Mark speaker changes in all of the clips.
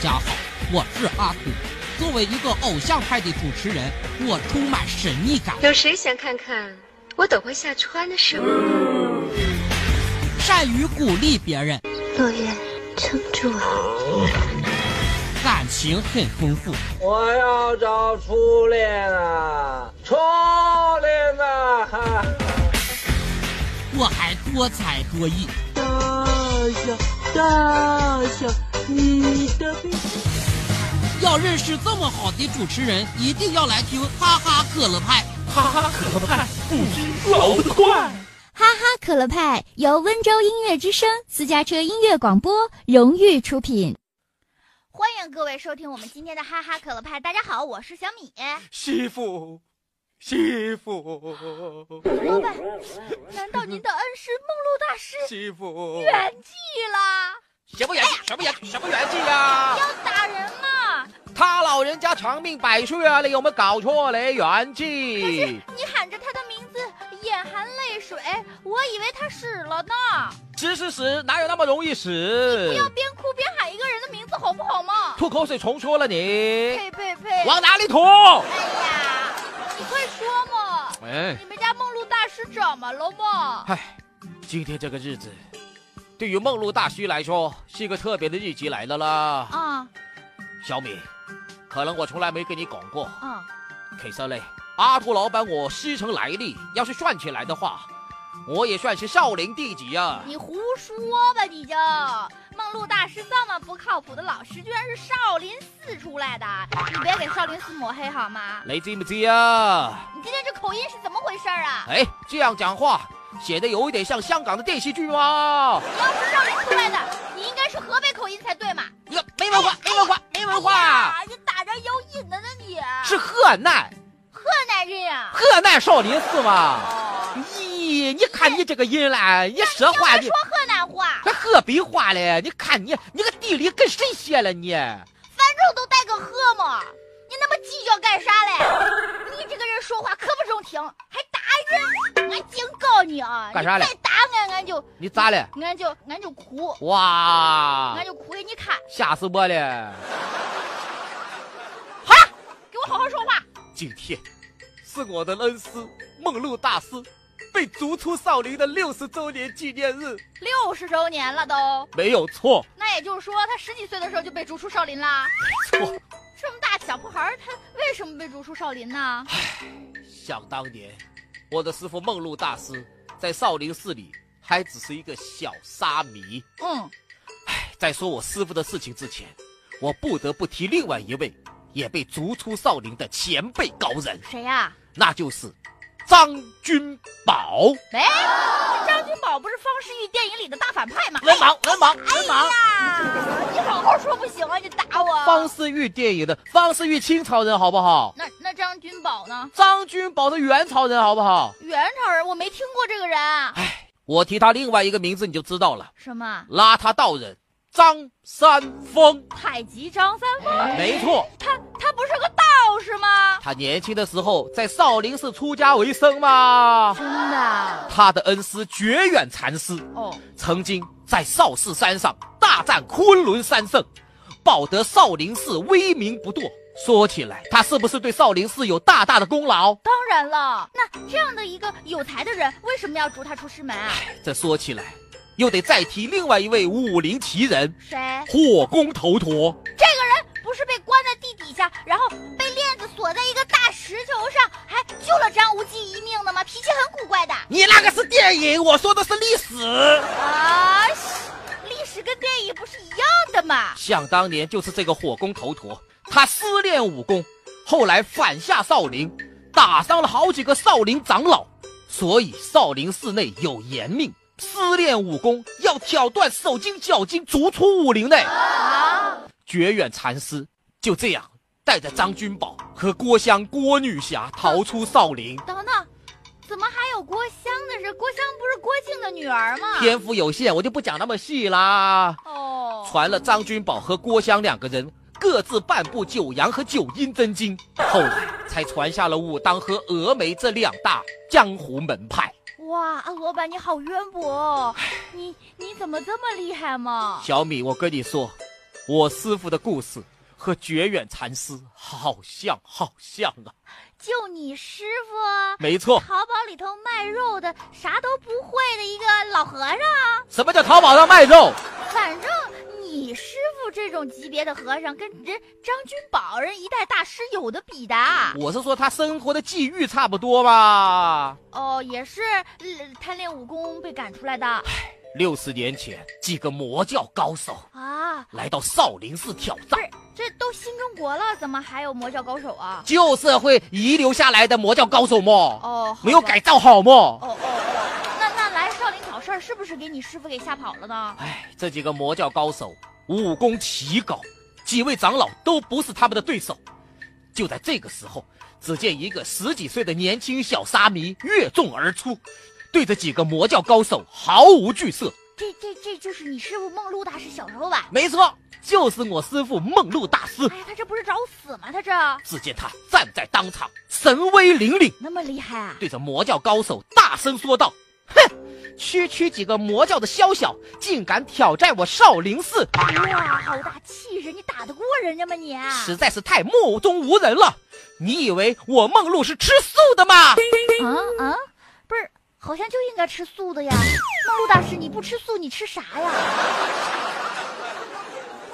Speaker 1: 家好，我是阿土。作为一个偶像派的主持人，我充满神秘感。
Speaker 2: 有谁想看看我等会下川的生活？
Speaker 1: 善于鼓励别人，
Speaker 2: 落叶，撑住啊！
Speaker 1: 感情很丰富，
Speaker 3: 我要找初恋啊，初恋啊！哈
Speaker 1: 我还多才多艺，
Speaker 4: 大侠，大侠，你的背
Speaker 1: 要认识这么好的主持人，一定要来听哈哈可乐派。
Speaker 5: 哈哈可乐派由温州音乐之声私家车音乐广播荣誉出品。
Speaker 6: 欢迎各位收听我们今天的哈哈可乐派。大家好，我是小米。
Speaker 7: 师傅，师傅，
Speaker 6: 老板，难道您的恩师梦露大师
Speaker 7: 师傅，
Speaker 6: 圆寂了？
Speaker 7: 什么元气？什么元气？什么元气呀？
Speaker 6: 要打人吗？
Speaker 7: 他老人家长命百岁啊！你有没有搞错嘞？元气，
Speaker 6: 你喊着他的名字，眼含泪水，我以为他死了呢。
Speaker 7: 死死死，哪有那么容易
Speaker 6: 不
Speaker 7: 死？
Speaker 6: 要边哭边喊一个人的名字，好不好嘛？
Speaker 7: 吐口水重说了你，
Speaker 6: 呸呸呸！
Speaker 7: 往哪里吐？
Speaker 6: 哎呀，你快说嘛！
Speaker 7: 哎，
Speaker 6: 你们家梦露大师怎么了嘛？
Speaker 7: 唉，今天这个日子，对于梦露大师来说是一个特别的日子来了啦。
Speaker 6: 啊
Speaker 7: 小米，可能我从来没跟你讲过。
Speaker 6: 啊！
Speaker 7: 其实嘞，阿土老板我师承来历，要是算起来的话，我也算是少林弟子啊。
Speaker 6: 你胡说吧，你就梦露大师这么不靠谱的老师，居然是少林寺出来的，你别给少林寺抹黑好吗？
Speaker 7: 你知不知啊？
Speaker 6: 你今天这口音是怎么回事儿啊？
Speaker 7: 哎，这样讲话显得有一点像香港的电视剧吗？
Speaker 6: 你要是少林出来的，你应该是河北口音才对嘛？
Speaker 7: 你没文化，没文化，没文化，
Speaker 6: 哎呀，你打人有瘾的呢你，
Speaker 7: 是河南
Speaker 6: 河南人啊？
Speaker 7: 河南少林寺吗？
Speaker 6: 哦，
Speaker 7: 咦，你看你这个人嘞，你说
Speaker 6: 你
Speaker 7: 话
Speaker 6: 会
Speaker 7: 你
Speaker 6: 说河南话，
Speaker 7: 还河北话嘞？你看你，你个地理跟谁学了你？
Speaker 6: 反正都带个河嘛，你那么计较干啥嘞？你这个人说话可不中听，还打人，俺警告你啊！
Speaker 7: 干啥嘞
Speaker 6: 你再打俺，俺就。
Speaker 7: 你咋啊了？
Speaker 6: 俺就俺就哭，
Speaker 7: 哇
Speaker 6: 俺，就哭给你看，
Speaker 7: 吓死我了！
Speaker 6: 给我好好说话。
Speaker 7: 今天是我的恩师梦露大师被逐出少林的六十周年纪念日，
Speaker 6: 六十周年了都，
Speaker 7: 没有错。
Speaker 6: 那也就是说他十几岁的时候就被逐出少林啦。
Speaker 7: 错，
Speaker 6: 这么大小破孩儿，他为什么被逐出少林呢？
Speaker 7: 哎想当年，我的师傅梦露大师在少林寺里还只是一个小沙弥。
Speaker 6: 嗯，
Speaker 7: 在说我师傅的事情之前，我不得不提另外一位也被逐出少林的前辈高人，
Speaker 6: 谁呀、
Speaker 7: 那就是张君宝。
Speaker 6: 哎，
Speaker 7: 啊
Speaker 6: 这张君宝不是方世玉电影里的大反派吗？
Speaker 7: 文盲，文盲，文
Speaker 6: 哎
Speaker 7: 盲。
Speaker 6: 呀，你好好说不行啊，你打我。
Speaker 7: 方世玉电影的方世玉清朝人好不好？
Speaker 6: 那那张君宝呢？
Speaker 7: 张君宝的元朝人好不好？
Speaker 6: 元朝人，我没听过这个人。啊
Speaker 7: 我提他另外一个名字你就知道了，
Speaker 6: 什么
Speaker 7: 邋遢道人张三丰。
Speaker 6: 太极张三丰？
Speaker 7: 没错，
Speaker 6: 他他不是个道士吗？
Speaker 7: 他年轻的时候在少林寺出家为僧嘛。
Speaker 6: 真的啊？
Speaker 7: 他的恩师觉远禅师
Speaker 6: 哦，
Speaker 7: 曾经在少室山上大战昆仑三圣，保得少林寺威名不堕。说起来，他是不是对少林寺有大大的功劳？
Speaker 6: 当然了。那这样的一个有才的人，为什么要逐他出师门啊？
Speaker 7: 这说起来，又得再提另外一位武林奇人
Speaker 6: 谁？
Speaker 7: 火攻头陀。
Speaker 6: 这个人不是被关在地底下，然后被链子锁在一个大石球上，还救了张无忌一命的吗？脾气很古怪的
Speaker 7: 你那个是电影，我说的是历史。
Speaker 6: 啊！是历史跟电影不是一样的吗？
Speaker 7: 想当年就是这个火攻头陀，他私练武功，后来反下少林，打伤了好几个少林长老，所以少林寺内有严命，私练武功要挑断手筋脚筋，逐出武林内。
Speaker 6: 啊！
Speaker 7: 觉远禅师就这样带着张君宝和郭襄、郭女侠逃出少林。
Speaker 6: 等等，怎么还有郭襄的事？郭襄不是郭靖的女儿吗？
Speaker 7: 篇幅有限，我就不讲那么细啦。
Speaker 6: 哦，
Speaker 7: 传了张君宝和郭襄两个人各自半部九阳和九阴真经，后来才传下了武当和峨眉这两大江湖门派。
Speaker 6: 哇，安老板你好渊博哦，你你怎么这么厉害嘛？
Speaker 7: 小米，我跟你说，我师傅的故事和觉远禅师好像，好像啊！
Speaker 6: 就你师傅，
Speaker 7: 没错，
Speaker 6: 淘宝里头卖肉的，啥都不会的一个老和尚。
Speaker 7: 什么叫淘宝上卖肉？
Speaker 6: 反正你师傅这种级别的和尚，跟人张君宝人一代大师有的比的。啊
Speaker 7: 我是说他生活的际遇差不多吧。
Speaker 6: 哦，也是、呃贪恋武功被赶出来的
Speaker 7: 六十年前，几个魔教高手
Speaker 6: 啊。
Speaker 7: 来到少林寺挑
Speaker 6: 不
Speaker 7: 战，
Speaker 6: 是，这都新中国了，怎么还有魔教高手啊？
Speaker 7: 旧社会遗留下来的魔教高手么，
Speaker 6: 哦，好
Speaker 7: 没有
Speaker 6: 的
Speaker 7: 改造好么？
Speaker 6: 哦哦哦，那那来少林挑事儿，是不是给你师傅给吓跑了呢？
Speaker 7: 哎，这几个魔教高手武功奇高，几位长老都不是他们的对手。就在这个时候，只见一个十几岁的年轻小沙弥越众而出，对着几个魔教高手毫无惧色。
Speaker 6: 这这这就是你师傅梦露大师小时候吧？
Speaker 7: 没错，就是我师傅梦露大师。
Speaker 6: 哎呀，他这不是找死吗？他这
Speaker 7: 只见他站在当场，神威凛凛，
Speaker 6: 那么厉害啊！
Speaker 7: 对着魔教高手大声说道：“哼，区区几个魔教的宵小，竟敢挑战我少林寺！
Speaker 6: 哇，哎好大气势，你打得过人家吗你？啊
Speaker 7: 实在是太目中无人了！你以为我梦露是吃素的吗？
Speaker 6: 啊啊，不是，好像就应该吃 素的呀。梦露大师，你不吃素，你吃啥呀？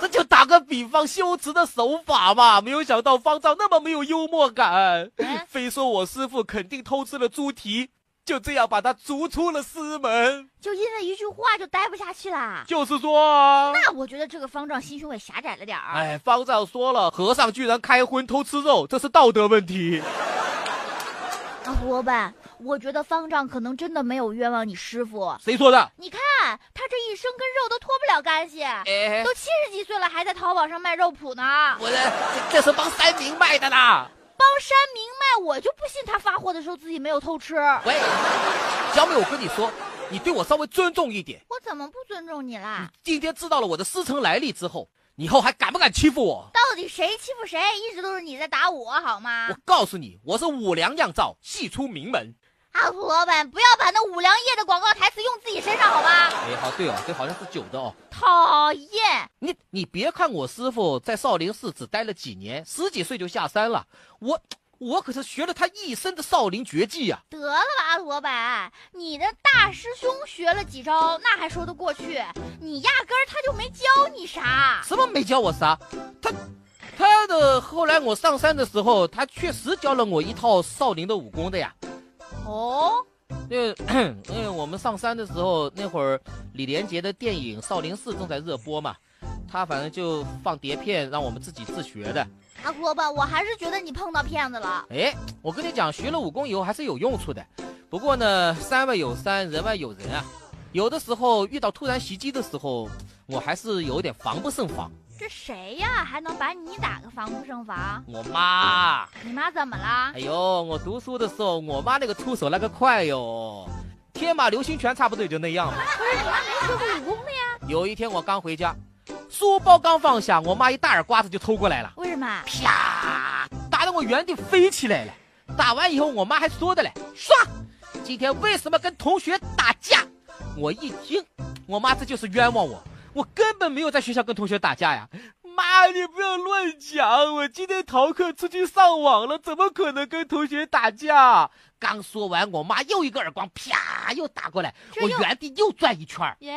Speaker 7: 这就打个比方，修辞的手法嘛。没有想到方丈那么没有幽默感
Speaker 6: 哎，
Speaker 7: 非说我师傅肯定偷吃了猪蹄，就这样把他逐出了师门。
Speaker 6: 就因为一句话就待不下去啦。
Speaker 7: 就是说啊，
Speaker 6: 那我觉得这个方丈心胸也狭窄了点儿。
Speaker 7: 哎，方丈说了，和尚居然开荤偷吃肉，这是道德问题。
Speaker 6: 啊，胡老板，我觉得方丈可能真的没有冤枉你师傅。
Speaker 7: 谁说的？
Speaker 6: 你看他这一生跟肉都脱不了干系，
Speaker 7: 哎，
Speaker 6: 都七十几岁了还在淘宝上卖肉脯呢。
Speaker 7: 我这这是帮三明卖的啦。
Speaker 6: 帮山明卖，我就不信他发货的时候自己没有偷吃。
Speaker 7: 喂，哎小美，我跟你说，你对我稍微尊重一点。
Speaker 6: 我怎么不尊重你啦？
Speaker 7: 今天知道了我的师承来历之后，以后还敢不敢欺负我？
Speaker 6: 到底谁欺负谁？一直都是你在打我好吗
Speaker 7: 我？告诉你，我是五粮酿造，系出名门。
Speaker 6: 啊，胡老板，不要把那五粮液的广告台词用自己身上好吗？
Speaker 7: 哎，好，对哦，这好像是酒的哦。
Speaker 6: 讨厌！
Speaker 7: 你你别看我师傅在少林寺只待了几年，十几岁就下山了，我我可是学了他一身的少林绝技啊呀、
Speaker 6: 得了吧，阿罗板，你的大师兄学了几招，那还说得过去。你压根儿他就没教你啥。
Speaker 7: 什么没教我啥？他他的后来我上山的时候，他确实教了我一套少林的武功的呀。
Speaker 6: 哦，
Speaker 7: 那因为 我们上山的时候，那会儿李连杰的电影《少林寺》正在热播嘛，他反正就放碟片让我们自己自学的。
Speaker 6: 阿罗板，我还是觉得你碰到骗子了。
Speaker 7: 哎，我跟你讲，学了武功以后还是有用处的。不过呢，山外有山，人外有人啊。有的时候遇到突然袭击的时候，我还是有点防不胜防。
Speaker 6: 这谁呀，还能把你打个防不胜防？
Speaker 7: 我妈，
Speaker 6: 你妈怎么啦
Speaker 7: 哎？呦，我读书的时候，我妈那个出手那个快哟，天马流星拳差不多也就那样了。
Speaker 6: 不是你妈没学过武功的呀？
Speaker 7: 有一天我刚回家，书包刚放下，我妈一大耳刮子就抽过来了，
Speaker 6: 为什么？
Speaker 7: 啪，打得我原地飞起来了。打完以后，我妈还说的嘞，说今天为什么跟同学打架？我一听，我妈这就是冤枉我，我根本没有在学校跟同学打架呀。妈，你不要乱讲！我今天逃课出去上网了，怎么可能跟同学打架？刚说完，我妈又一个耳光，啪，又打过来，
Speaker 6: 这
Speaker 7: 我
Speaker 6: 又
Speaker 7: 原地又转一圈儿。
Speaker 6: 耶，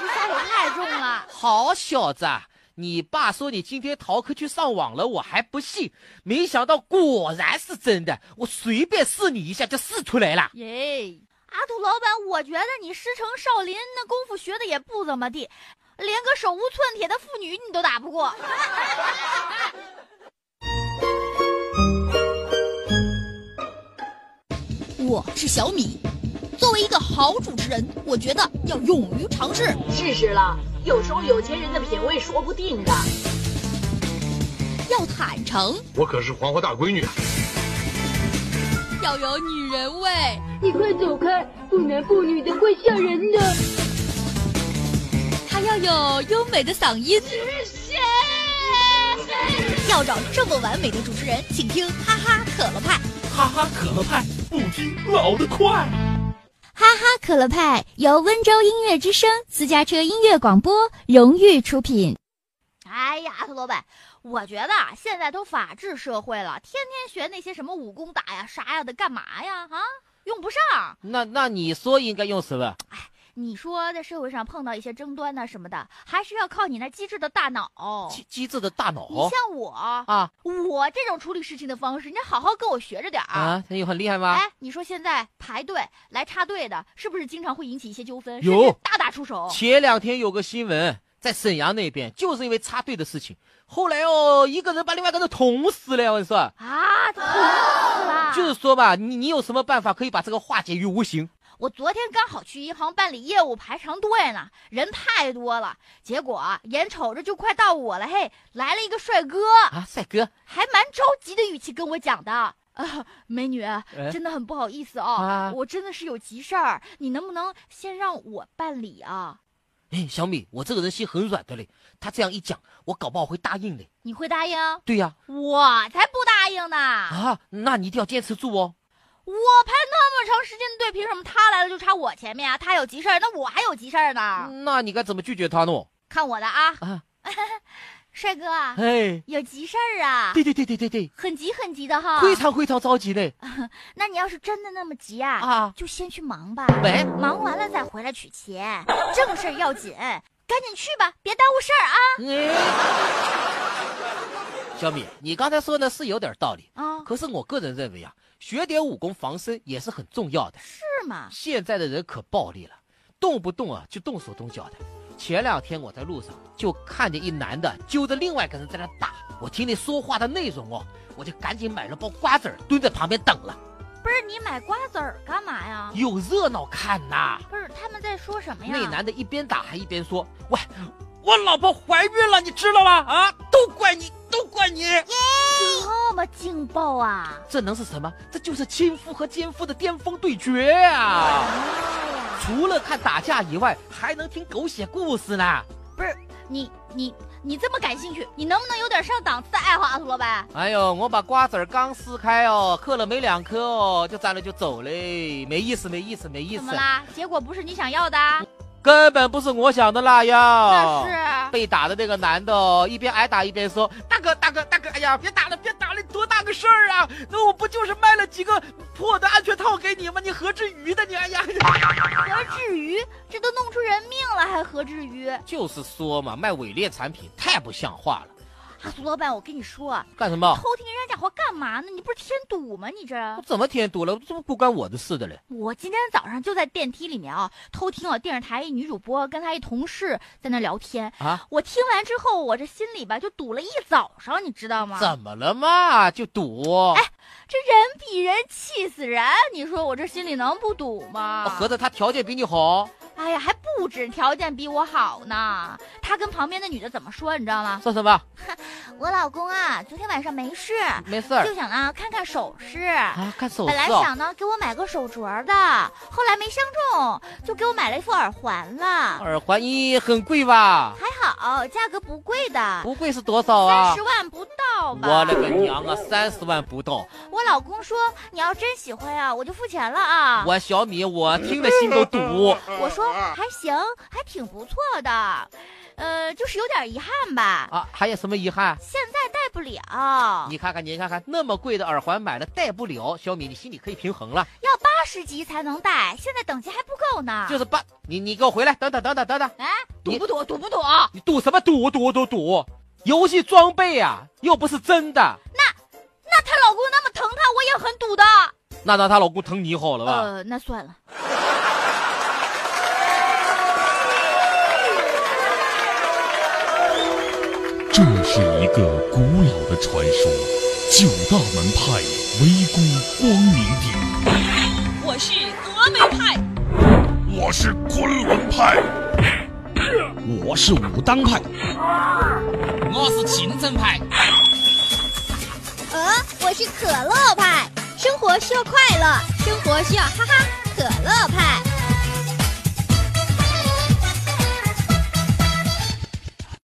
Speaker 6: 这下手太重了。
Speaker 7: 好小子，啊你爸说你今天逃课去上网了，我还不信，没想到果然是真的。我随便试你一下就试出来了。
Speaker 6: 耶！阿土老板，我觉得你师承少林那功夫学的也不怎么地，连个手无寸铁的妇女你都打不过。
Speaker 8: 我是小米。作为一个好主持人，我觉得要勇于尝试。
Speaker 9: 试试了，有时候有钱人的品味说不定的。
Speaker 8: 要坦诚，
Speaker 10: 我可是黄花大闺女。啊
Speaker 8: 要有女人味，
Speaker 9: 你快走开，不男不女的会吓人的。
Speaker 8: 还要有优美的嗓音。要找这么完美的主持人，请听哈哈可乐派。
Speaker 7: 哈哈，可乐派不听老得快。
Speaker 5: 哈哈可乐派由温州音乐之声私家车音乐广播荣誉出品。
Speaker 6: 哎呀，特罗贝，我觉得啊，现在都法治社会了，天天学那些什么武功打呀、啥呀的，干嘛呀？啊，用不上。
Speaker 7: 那那你说应该用什么？
Speaker 6: 你说在社会上碰到一些争端呐、什么的，还是要靠你那机智的大脑。
Speaker 7: 机机智的大脑
Speaker 6: 你像我，
Speaker 7: 啊
Speaker 6: 我这种处理事情的方式，你好好跟我学着点儿。
Speaker 7: 啊，你很厉害吗？
Speaker 6: 哎，你说现在排队来插队的，是不是经常会引起一些纠纷，甚
Speaker 7: 有
Speaker 6: 至大打出手？
Speaker 7: 前两天有个新闻，在沈阳那边，就是因为插队的事情，后来哦，一个人把另外一个人捅死了。我跟你说，
Speaker 6: 啊，痛死了！
Speaker 7: 就是说吧，你你有什么办法可以把这个化解于无形？
Speaker 6: 我昨天刚好去银行办理业务排长队呢，人太多了，结果啊眼瞅着就快到我了，嘿，来了一个帅哥，
Speaker 7: 啊，帅哥
Speaker 6: 还蛮着急的语气跟我讲的。啊，美女，真的很不好意思哦，
Speaker 7: 哎啊
Speaker 6: 我真的是有急事儿，你能不能先让我办理啊？
Speaker 7: 哎，小米，我这个人心很软的嘞，他这样一讲，我搞不好会答应嘞。
Speaker 6: 你会答应？
Speaker 7: 对呀、
Speaker 6: 我才不答应呢！
Speaker 7: 啊，那你一定要坚持住哦。
Speaker 6: 我排那么长时间队，凭什么他来了就插我前面啊？他有急事儿，那我还有急事儿呢。
Speaker 7: 那你该怎么拒绝他呢？
Speaker 6: 看我的啊，
Speaker 7: 嗯啊，
Speaker 6: 帅哥啊，
Speaker 7: 哎，
Speaker 6: 有急事儿啊，
Speaker 7: 对对对对对对，
Speaker 6: 很急很急的哈。
Speaker 7: 非常非常着急嘞。
Speaker 6: 那你要是真的那么急啊，
Speaker 7: 啊
Speaker 6: 就先去忙吧，
Speaker 7: 喂，
Speaker 6: 忙完了再回来取钱，正事儿要紧，赶紧去吧，别耽误事儿啊。
Speaker 7: 哎小米，你刚才说的是有点道理，
Speaker 6: 啊、
Speaker 7: 可是我个人认为啊，学点武功防身也是很重要的。
Speaker 6: 是吗？
Speaker 7: 现在的人可暴力了，动不动啊就动手动脚的。前两天我在路上就看见一男的揪着另外一个人在那打，我听你说话的内容哦，我就赶紧买了包瓜子儿蹲在旁边等了，
Speaker 6: 不是你买瓜子儿干嘛呀？
Speaker 7: 有热闹看呐、
Speaker 6: 不是他们在说什么哎呀？
Speaker 7: 那男的一边打还一边说：“喂，我老婆怀孕了，你知道吗？啊，都怪你，都怪你！
Speaker 6: 这么劲爆啊！
Speaker 7: 这能是什么？这就是亲夫和奸夫的巅峰对决啊！除了看打架以外，还能听狗血故事呢。
Speaker 6: 你你你这么感兴趣，你能不能有点上档次的爱好啊，阿土罗伯？
Speaker 7: 哎呦，我把瓜子儿刚撕开哦，嗑了没两颗哦，就沾了就走嘞，没意思，没意思，没意
Speaker 6: 怎
Speaker 7: 思
Speaker 6: 么，啦？结果不是你想要的啊，
Speaker 7: 根本不是我想的那样。
Speaker 6: 那是啊
Speaker 7: 被打的那个男的哦一边挨打一边说：“大哥，大哥，大哥，哎呀，别打了，别打了，多大个事儿啊！那我不就是卖了几个破的安全套给你吗？你何至于的你？哎呀，
Speaker 6: 何至于？这都弄出人命了，还何至于？
Speaker 7: 就是说嘛，卖伪劣产品太不像话了。
Speaker 6: 阿土老板，我跟你说，
Speaker 7: 干什么？
Speaker 6: 偷听人家讲话干嘛呢？你不是添堵吗？你这，
Speaker 7: 我怎么添堵了？这不不关我的事的嘞。
Speaker 6: 我今天早上就在电梯里面啊，偷听了电视台一女主播跟她一同事在那聊天
Speaker 7: 啊。
Speaker 6: 我听完之后，我这心里吧就堵了一早上，你知道吗？
Speaker 7: 怎么了嘛？就堵。
Speaker 6: 这人比人气死人，你说我这心里能不堵吗？
Speaker 7: 合着他条件比你好，
Speaker 6: 哎呀，还不止条件比我好呢。他跟旁边的女的怎么说，你知道吗？
Speaker 7: 说什么？
Speaker 6: 我老公啊，昨天晚上没事，
Speaker 7: 没事儿
Speaker 6: 就想啊看看首饰。
Speaker 7: 啊，看手
Speaker 6: 本来
Speaker 7: 势哦。
Speaker 6: 想呢给我买个手镯的，后来没相中，就给我买了一副耳环了，
Speaker 7: 耳环一很贵吧？
Speaker 6: 还好价格不贵的，
Speaker 7: 不贵是多少
Speaker 6: 三
Speaker 7: 啊
Speaker 6: 十？万不到吧。
Speaker 7: 我勒个娘啊，三十万不到！
Speaker 6: 我老公说你要真喜欢呀、我就付钱了啊。
Speaker 7: 我小米，我听了心都堵。
Speaker 6: 我说还行，还挺不错的，呃，就是有点遗憾吧，
Speaker 7: 啊，还有什么遗憾？
Speaker 6: 现在戴不了，
Speaker 7: 你看看，你看看，那么贵的耳环买了戴不了，小米，你心里可以平衡了。
Speaker 6: 要八十级才能戴，现在等级还不够呢。
Speaker 7: 就是八，你你给我回来，等等等等等等，
Speaker 6: 哎，
Speaker 7: 你
Speaker 6: 堵不堵？堵不堵？
Speaker 7: 你赌什么赌赌赌赌？游戏装备啊，又不是真的。
Speaker 6: 那她老公那么疼她，我也很堵的。
Speaker 7: 那让她老公疼你好了吧？
Speaker 6: 呃，那算了。
Speaker 10: 这是一个古老的传说，九大门派围攻光明顶。
Speaker 8: 我是峨眉派，
Speaker 10: 我是昆仑派，我是武当派，
Speaker 1: 我是秦镇派，
Speaker 8: 呃，我是可乐派。生活需要快乐，生活需要哈哈可乐派。